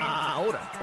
Ahora,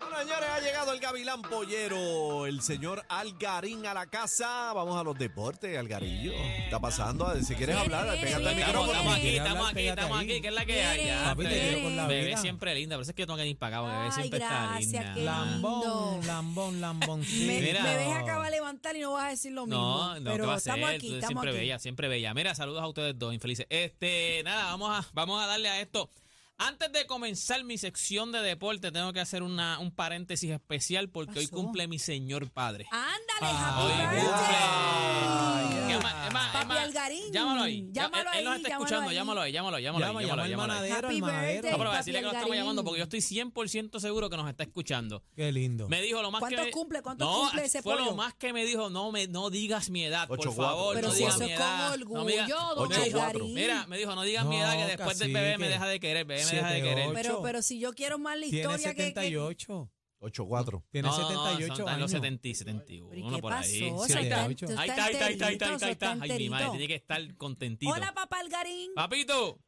Bueno, señores, ha llegado el Gavilán Pollero, el señor Algarín a la casa. Vamos a los deportes, Algarillo. Está pasando. Si quieres hablar, pégate al Estamos, micrófono. estamos aquí, Quería estamos hablar, aquí, pégate estamos ahí. aquí, que es la que hay. Ya, Papi, te bebé. quiero con la Bebé vida. siempre linda, por eso es que yo tengo que ir para acá, porque bebé Ay, siempre gracias, está qué linda. lindo. Lambón, lambón, lambón. Me, Mira. me ves acaba de levantar y no vas a decir lo mismo. No, no, pero ¿qué va a ser? estamos aquí, Tú estamos siempre aquí. bella, siempre bella. Mira, saludos a ustedes dos, infelices. Este, nada, vamos a, vamos a darle a esto. Antes de comenzar mi sección de deporte, tengo que hacer una, un paréntesis especial porque hoy Pasó. cumple mi señor padre. Ándale, Hoy happy cumple. birthday. Que ma- es más- es Papi más, Algarín, Llámalo ahí. llámalo él, él nos ahí, está llámalo escuchando, ahí. llámalo ahí, llámalo, llámalo, Llama, ahí, llama llámalo, ahí, al llámalo ahí. manadero, Happy al manadero. No, pero Papi decirle que lo estamos Algarín. llamando porque yo estoy 100% seguro que nos está escuchando. Qué lindo. Me dijo lo más ¿Cuánto que me- cumple? ¿Cuánto No, cumple ese fue lo pollo? más que me dijo, no me no digas mi edad, por Ocho, cuatro. favor, Pero no si digas eso mi es edad. con no me digas- orgullo, don Me dijo, Algarín. Mira, me dijo, no digas mi edad que No, después del bebé me cacique. deja de querer, bebé me deja de Siete, querer. ocho. pero, pero si yo quiero más la Tiene historia que- que... 78. 8-4. Tiene No, no, no, 78 son- años. Los 70 y 71, Pero, ¿y uno ¿Qué por ahí. pasó? Sí, Eso ahí está- está, tú Ahí estás está, ahí está, ahí está, ahí está, ahí enterito, está. eso Ay, mi madre, enterito. tiene que estar contentito. Hola, papá Algarín. Ah. Papito.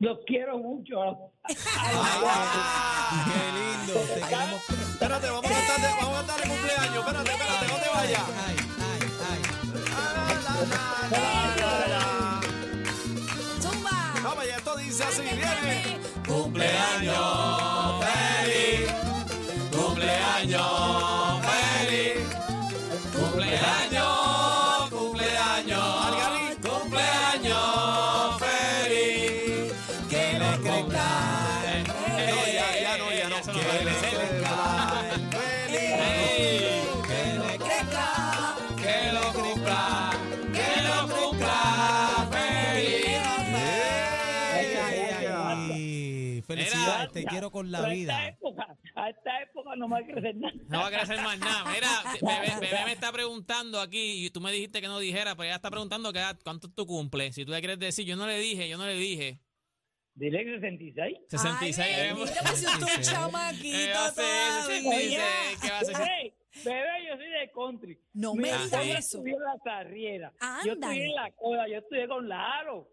Los quiero mucho. Qué lindo. Te queremos. Espérate, vamos a cantarle, vamos a cantarle cumpleaños. Espérate, espérate, no te vayas. Ay, ay, ay. Zumba. Vamos, ya esto dice así, viene. Cumpleaños, cumpleaños, Algarín, cumpleaños feliz. Que le crezcan. No, ya, ya, no, ya, no. Que le celebran. Feliz. Que le crezca, que lo cumpla, que lo cumpla Ay, feliz. ay, ay. Felicidades. Mira. Te quiero con la Pero A vida. esta época, a esta época no me va a crecer nada. No va a crecer más nada. Mira, bebé, bebé me está preguntando aquí, y tú me dijiste que no dijera, pero ella está preguntando que, ah, cuánto tú cumples. Si tú le quieres decir, yo no le dije, yo no le dije. Dile que 66. 66. Ay, bebé. bendito, pues, si tú eres un Eh, va a chamaquito ser 66, todavía. ¿qué Ah, va a ser? Hey, bebé, yo soy de country. No me Mira, digas yo eso. estudié en la carrera. Ándale. Yo estudié en la coda, yo estudié con la aro.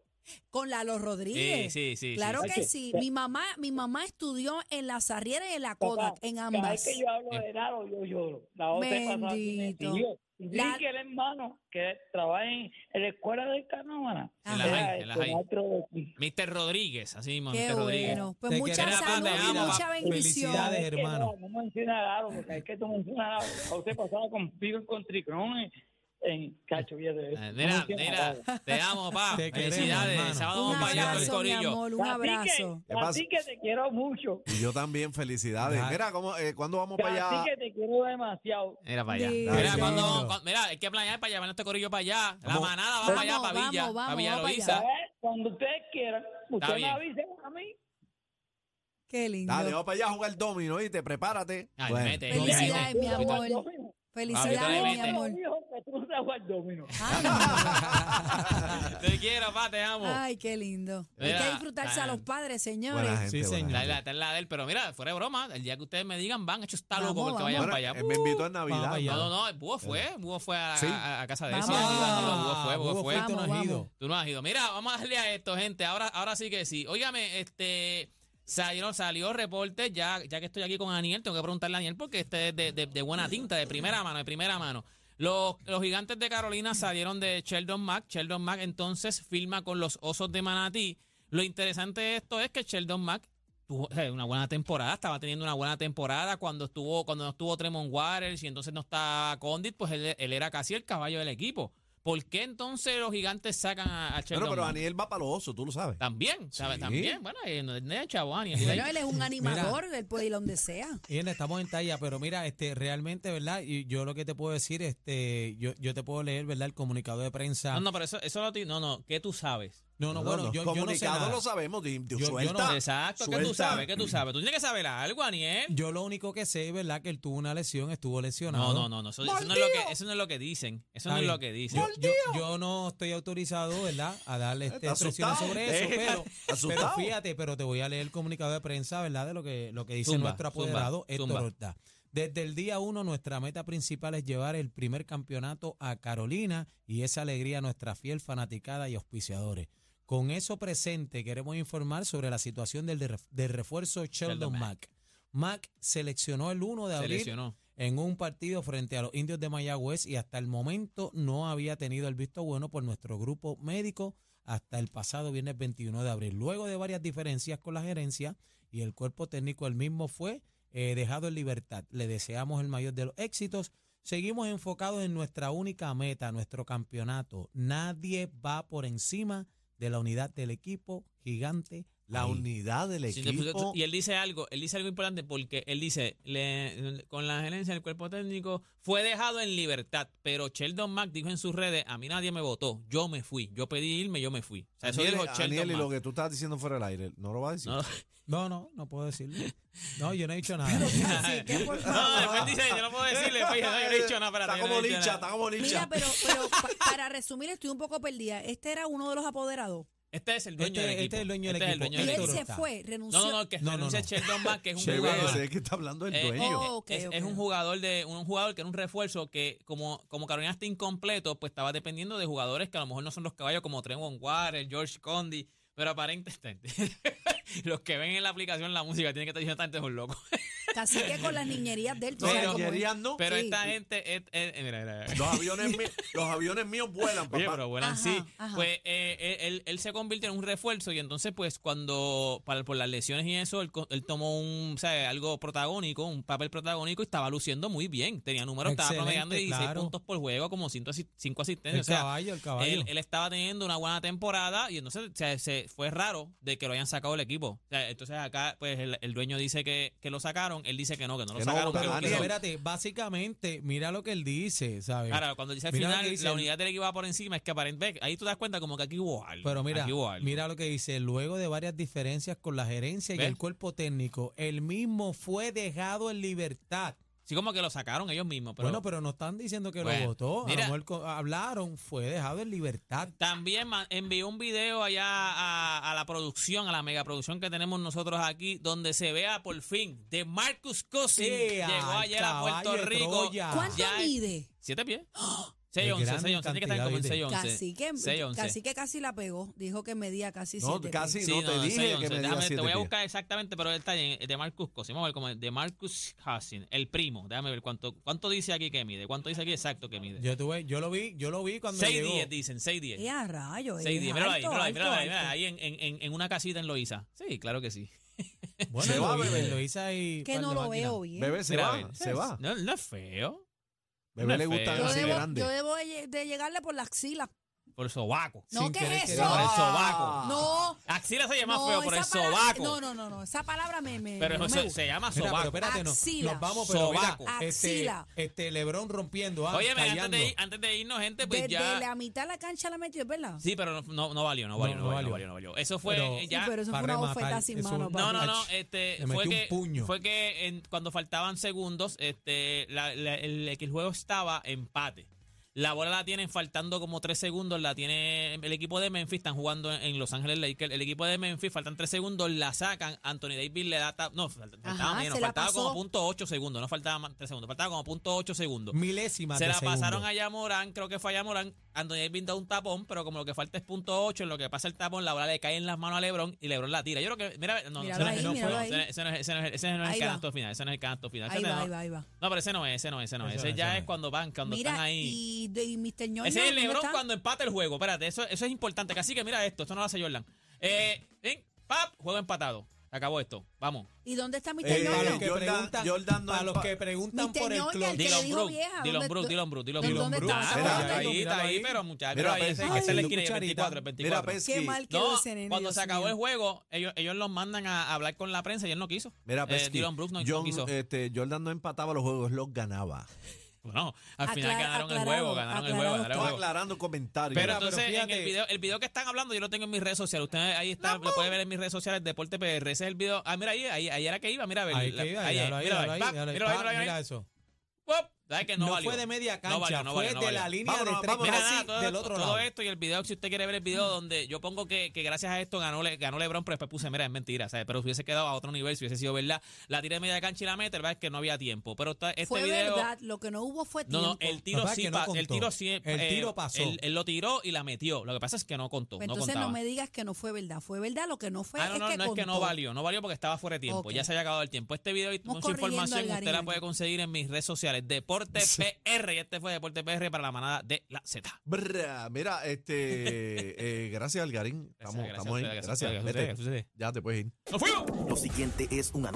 Con Lalo Rodríguez. Sí, sí, sí, Claro sí, que sí. sí. Mi mamá, mi mamá estudió en la Sarriera y en la Kodak, en Cada ambas. vez que yo hablo de Laro, yo lloro. La otra es pasada que me Bendito. siguió. La- Dile que el hermano que trabaja en, en la escuela del Canómana. Ah. En la era este high, en la high. maestro de aquí. Mr. Rodríguez, así mismo, Qué Mr. Rodríguez. bueno. Pues Te mucha queremos con salud la y vida. mucha bendición. Felicidades, Es que hermano. No, no menciona a Laro, porque es que tú mencionas a Laro. La otra pasaba contigo en Contricrón, en, en Cacho Villadero. Ah, Eh, No Mira, menciona a Laro. mira, te amo, pa. Te queremos, Felicidades. hermano. Sábado Un vamos para allá con el abrazo, mi corillo. amor, un abrazo. ¿Qué pasa? Así que te quiero mucho. Y yo también, felicidades. Dale. Mira, ¿cómo, eh, ¿cuándo vamos para allá? Así que te quiero demasiado. Mira para allá. Sí. Mira, Ay, cuando, lindo. cuando- mira, hay que planear para llevar este corillo para allá. La Vamos. manada va Vamos, para allá, para Villa, vamos, para vamos, Villa vamos para Loíza. allá. ¿Sabes? Cuando ustedes quieran, ustedes me bien. avisen a mí. Qué lindo. Dale, vamos para allá a jugar domino, ¿viste? Prepárate. Ay, Bueno. mete, Felicidades, mete. mi Yo amor. juego al domino. Ahorita Felicidades, le mi meten. amor. Yo digo que tú no sabes jugar domino. Ay, no. Te quiero, pa, te amo. Ay, qué lindo. Hay Mira, eh, que disfrutarse a tan- los padres, Buena señores. gente, Sí, buena señor. La, gente. la, está en la de él, pero mira, fuera de broma, el día que ustedes me digan, van, hecho está Vamos, loco porque vayan vamos. para allá. Él eh, me invitó en Vamos Navidad. para allá. No, no, no, el búho fue, búho fue a, Sí. a- a casa de él. Vamos. búho fue, búho fue. fue. tú no has Vamos, ido. vamos. Tú no has ido. Mira, vamos a darle a esto, gente. Ahora, ahora sí que sí. Óigame, este. Salieron, salió reporte, ya, ya que estoy aquí con Aniel, tengo que preguntarle a Aniel porque este es de, de- de buena tinta, de primera mano, de primera mano. Los, los gigantes de Carolina salieron de Sheldon Mack. Sheldon Mack entonces firma con los osos de Manatí. Lo interesante de esto es que Sheldon Mack tuvo eh, una buena temporada, estaba teniendo una buena temporada cuando estuvo cuando no estuvo Tremont Waters y entonces no está Condit, pues él, él era casi el caballo del equipo. ¿Por qué entonces los gigantes sacan a, a Bueno, Sheldon pero Mack? Aniel va para los osos, tú lo sabes. También, ¿sabes? Sí. También. Bueno, eh, no es chavo, Aniel. Bueno, él es un animador, él puede ir a donde sea. Bien, estamos en talla, pero mira, este, realmente, ¿verdad? Y yo lo que te puedo decir, este, yo, yo te puedo leer, ¿verdad? El comunicado de prensa. No, no, pero eso, eso lo ti- No, no, ¿qué tú sabes? No, no, bueno, yo, yo no sé comunicado nada. lo sabemos, di- di- Yo- yo suelta. no- Exacto, ¿qué tú Suelta. sabes? ¿Qué tú sabes? Tú tienes que saber algo, Aniel. Yo lo único que sé, ¿verdad? Que él tuvo una lesión, estuvo lesionado. No, no, no, no. Eso, eso no es lo que, eso no es lo que dicen. Eso Está no es bien. lo que dicen. Yo, yo- yo no estoy autorizado, ¿verdad? A darle este, Está expresiones asustado. sobre eso, Eh, pero, asustado. pero fíjate, pero te voy a leer el comunicado de prensa, ¿verdad? De lo que, lo que dice Zumba, nuestro zumba, apoderado Héctor zumba. Horta. Desde el día uno, nuestra meta principal es llevar el primer campeonato a Carolina y esa alegría a nuestra fiel fanaticada y auspiciadores. Con eso presente, queremos informar sobre la situación del, de- del refuerzo Sheldon Mack. Mack seleccionó el 1 de Se abril lesionó. en un partido frente a los indios de Mayagüez y hasta el momento no había tenido el visto bueno por nuestro grupo médico hasta el pasado viernes 21 de abril. Luego de varias diferencias con la gerencia y el cuerpo técnico, el mismo fue eh, dejado en libertad. Le deseamos el mayor de los éxitos. Seguimos enfocados en nuestra única meta, nuestro campeonato. Nadie va por encima de la unidad del equipo gigante. La Ahí. unidad del Sí, entonces, equipo. Y él dice algo, él dice algo importante porque él dice, le- con la gerencia del cuerpo técnico, fue dejado en libertad, pero Sheldon Mack dijo en sus redes, a mí nadie me votó, yo me fui, yo pedí irme, yo me fui. O sea, eso Aniel, dijo Aniel, Sheldon y lo Mack. que tú estás diciendo fuera del aire, no lo va a decir. No, No, no, no puedo decirlo. No, yo no he dicho nada. Así que, por no, favor. después dice, yo no puedo decirle, pues, no, yo no he dicho nada, espérate, Está yo no he como dicho lincha, nada. está como Mira, lincha. pero, pero pa- para resumir, estoy un poco perdida. Este era uno de los apoderados. Este es el dueño Este- del este equipo. es el dueño del Este es el equipo. Y dueño del él Héctor se Horta. fue, renunció. No, no, no, que No, no, renuncia no. Sheldon Mack, que es un Chévere, jugador. ese es que está hablando el Eh, dueño. eh, Oh, ok, es, ok. es un jugador de un jugador que era un refuerzo que como, como Carolina está incompleto, pues estaba dependiendo de jugadores que a lo mejor no son los caballos como Trevon Waters, George Condi, pero aparentemente los que ven en la aplicación la música tienen que estar diciendo tanto es un loco. Casi que con las niñerías del No, pero- las niñerías no. Pero Sí. esta gente es- es- eh, mira, mira, mira. Los aviones, mi- los aviones míos vuelan, papá. Oye, pero bueno, Ajá, sí. ajá. Pues eh, él, él- él se convirtió en un refuerzo y entonces, pues, cuando para, por las lesiones y eso, él, co- él tomó un, ¿sabes? algo protagónico, un papel protagónico y estaba luciendo muy bien. Tenía números, estaba Excelente, promediando 16 claro. puntos por juego, como 5 asistencias. El O sea, caballo, el caballo. Él, él estaba teniendo una buena temporada y entonces o sea, se, fue raro de que lo hayan sacado del equipo. O sea, entonces acá, pues, el, el dueño dice que, que lo sacaron, él dice que no, que no lo Que no, sacaron. pero que lo Pero Daniel. quiso. espérate, básicamente, mira lo que él dice, ¿sabes? Ahora, cuando dice al Mira lo final, que dice la el- unidad del equipo va por encima, es que aparentemente, ahí tú te das cuenta como que aquí hubo algo. Pero mira, aquí hubo algo. mira lo que dice, luego de varias diferencias con la gerencia y ¿Ves? el cuerpo técnico, el mismo fue dejado en libertad. Sí, como que lo sacaron ellos mismos. Pero bueno, pero no están diciendo que Bueno, lo votó, mira. a lo mejor co- hablaron, fue dejado en libertad. También ma- envió un video allá a, a la producción, a la megaproducción que tenemos nosotros aquí, donde se vea por fin de Marcus Cousins. ¡Ea, llegó ayer a caballo Puerto de Rico. Troya! ¿Cuánto Ya es- mide? ¿Siete pies? Qué 6 11, gran 6 11. Tiene que estar como en cantidad, 6 11. Casi que, 6 11. casi que casi la pegó. Dijo que medía casi No, siete casi pies. no, te dije que 11. medía Déjame, Te siete voy a pies. buscar exactamente, pero él está en de Marcus Cousins. Vamos a ver cómo es. De Marcus Cousins, el primo. Déjame ver cuánto, cuánto dice aquí que mide. ¿Cuánto dice aquí exacto que mide? Yo tuve, yo lo vi, yo lo vi cuando llegó. 6'10 dicen, 6'10. Eh, a rayo, eh, 6'10, míralo ahí, alto, míralo ahí, alto, míralo ahí, alto. míralo ahí en, en- en- en una casita en Loiza. Sí, claro que sí. Bueno, Se va, lo, bebé. hice, lo hice y Que no Pablo lo Máquina. veo bien. Bebé se Mira, va, a ver. se va. No, no es feo, Bebé no le es gusta feo. Yo Así así debo, grande. yo debo de- de llegarle por la axila. por el sobaco. No, Sin ¿qué querer, es querer. eso? Por el Ah. sobaco. No. Axila se llama no, Ah. feo por el esa palabra- sobaco. No, no, no, no. Esa palabra me. me Pero no eso me se gusta. llama Mira, pero sobaco. espérate, no, Axila. nos vamos, pero mira, Sobaco. este, Axila. este Lebrón rompiendo, ah, Oye, antes tallando. de, ir- antes de irnos, gente, pues Desde ya. la mitad de la cancha la metió, ¿verdad? Sí, pero no, no, no valió, no valió, no, No, no valió, no valió, valió. no valió. Eso fue Pero- eh, Sí, ya. pero eso fue para una rematar, bofeta sin eso- mano. papi. No, no, no, Ach, este, le fue, metió un que, puño. fue que en- cuando faltaban segundos, este, la- la- el, que el juego estaba empate. La bola la tienen faltando como tres segundos, la tiene el equipo de Memphis, están jugando en, en Los Ángeles Lakers, el equipo de Memphis, faltan tres segundos, la sacan, Anthony Davis le da, ta- no, falt- faltaba Ajá, menos, se la faltaba como pasó. punto ocho segundos, no faltaba más- tres segundos, faltaba como punto ocho segundos. milésimas Se de la pasaron segundo. a Yamorán, creo que fue a Yamorán. Anthony Davis da un tapón, pero como lo que falta es punto ocho, en lo que pasa el tapón, la bola le cae en las manos a Lebron y Lebron la tira. Yo creo que, mira, no, no, ese Míralo no ahí, es- no, míralo fue- ahí. ese no es- ese no es- ese no es ese no es el Ahí va. canasto final, ese no es el canasto final. ese Ahí no- va, ahí va, ahí va. No, pero ese no es, ese no es, ese no es. Ese Ese no, ya ese es no. cuando van, cuando Mira, están ahí. Y, de, y Mr. Ñoño. Ese es el ¿dónde Lebron está? cuando empata el juego. Espérate, eso, eso es importante. Casi que mira esto, esto no lo hace Jordan. Eh, ven, pap, juego empatado. Se acabó esto. Vamos. ¿Y dónde está mi Eh, Para Ñoño? los que Jordan- preguntan, Jordan no para es los pa- que preguntan Mr. por el Ñoño, club. el que- Dylan dijo Brook, vieja, Dylan ¿dónde Brook, está? Dylan Brook, Dylan ¿Dónde Brook. está? Mira, Está, está ahí, míralo está ahí, ahí. pero muchachos, Mira, ahí ese- Pesci. esa es la Ay, esquina, el cucharita. 24, el 24. Mira, Pesci, Qué mal quedó No, ese nene, cuando Dios se acabó mío. el juego, ellos, ellos los mandan a hablar con la prensa y él no quiso. Mira, Eh, Pesky, Dylan Brooks no, no John, quiso. este, Jordan no empataba los juegos, los ganaba. bueno, al final Aclara- ganaron el aclarado, juego, ganaron el juego, aclarado ganaron el Estaba juego. aclarando comentarios. Pero Mira, pero entonces, en fíjate- el video, el video que están hablando, yo lo tengo en mis redes sociales. Usted ahí está, lo puede ver en mis redes sociales, Deporte PR. Ese es el video. Ah, mira ahí, ahí, ahí era que iba, mira, a ver. Ahí la- que iba, ahí, míralo ahí, míralo míralo ahí, pa, míralo ahí, míralo ahí, pa, míralo ahí. Mira eso. Pop, ¿sabes que no, No valió? fue de media No cancha, valió, no valió, fue no de valió. la línea de Vámonos, tres, vámonos. Mira, casi nada, todo, pues del otro todo lado. esto y el video, si usted quiere ver el video donde yo pongo que, que gracias a esto ganó, Le- ganó LeBron, pero después puse, mira, es mentira, ¿sabes? Pero si hubiese quedado a otro nivel, si hubiese sido verdad, la tiré de media cancha y la mete, ¿verdad? Es que no había tiempo. Pero está- este fue video... verdad, lo que no hubo fue No, tiempo. no, el tiro Papá, sí, que no pa- el contó. tiro sí, eh, El tiro pasó. Él, él lo tiró y la metió. Lo que pasa es que no contó, Pues no entonces no contaba. me digas que no fue verdad. Fue verdad lo que no fue. Ah, no, no, es que no es que no contó. valió, no valió porque estaba fuera de tiempo, Ok. ya se había acabado el tiempo. Este video y Vamos mucha corriendo, información usted Algarín, la aquí. puede conseguir en mis redes sociales, Deporte PR, y este fue Deporte PR para la manada de la Z. Brr, mira, este, eh, gracias Algarín. Estamos, Gracias, estamos en. gracias a ustedes, Gracias. gracias a ustedes, vete. gracias a ustedes. Ya te puedes ir. ¡Nos fuimos! Lo siguiente es un anuncio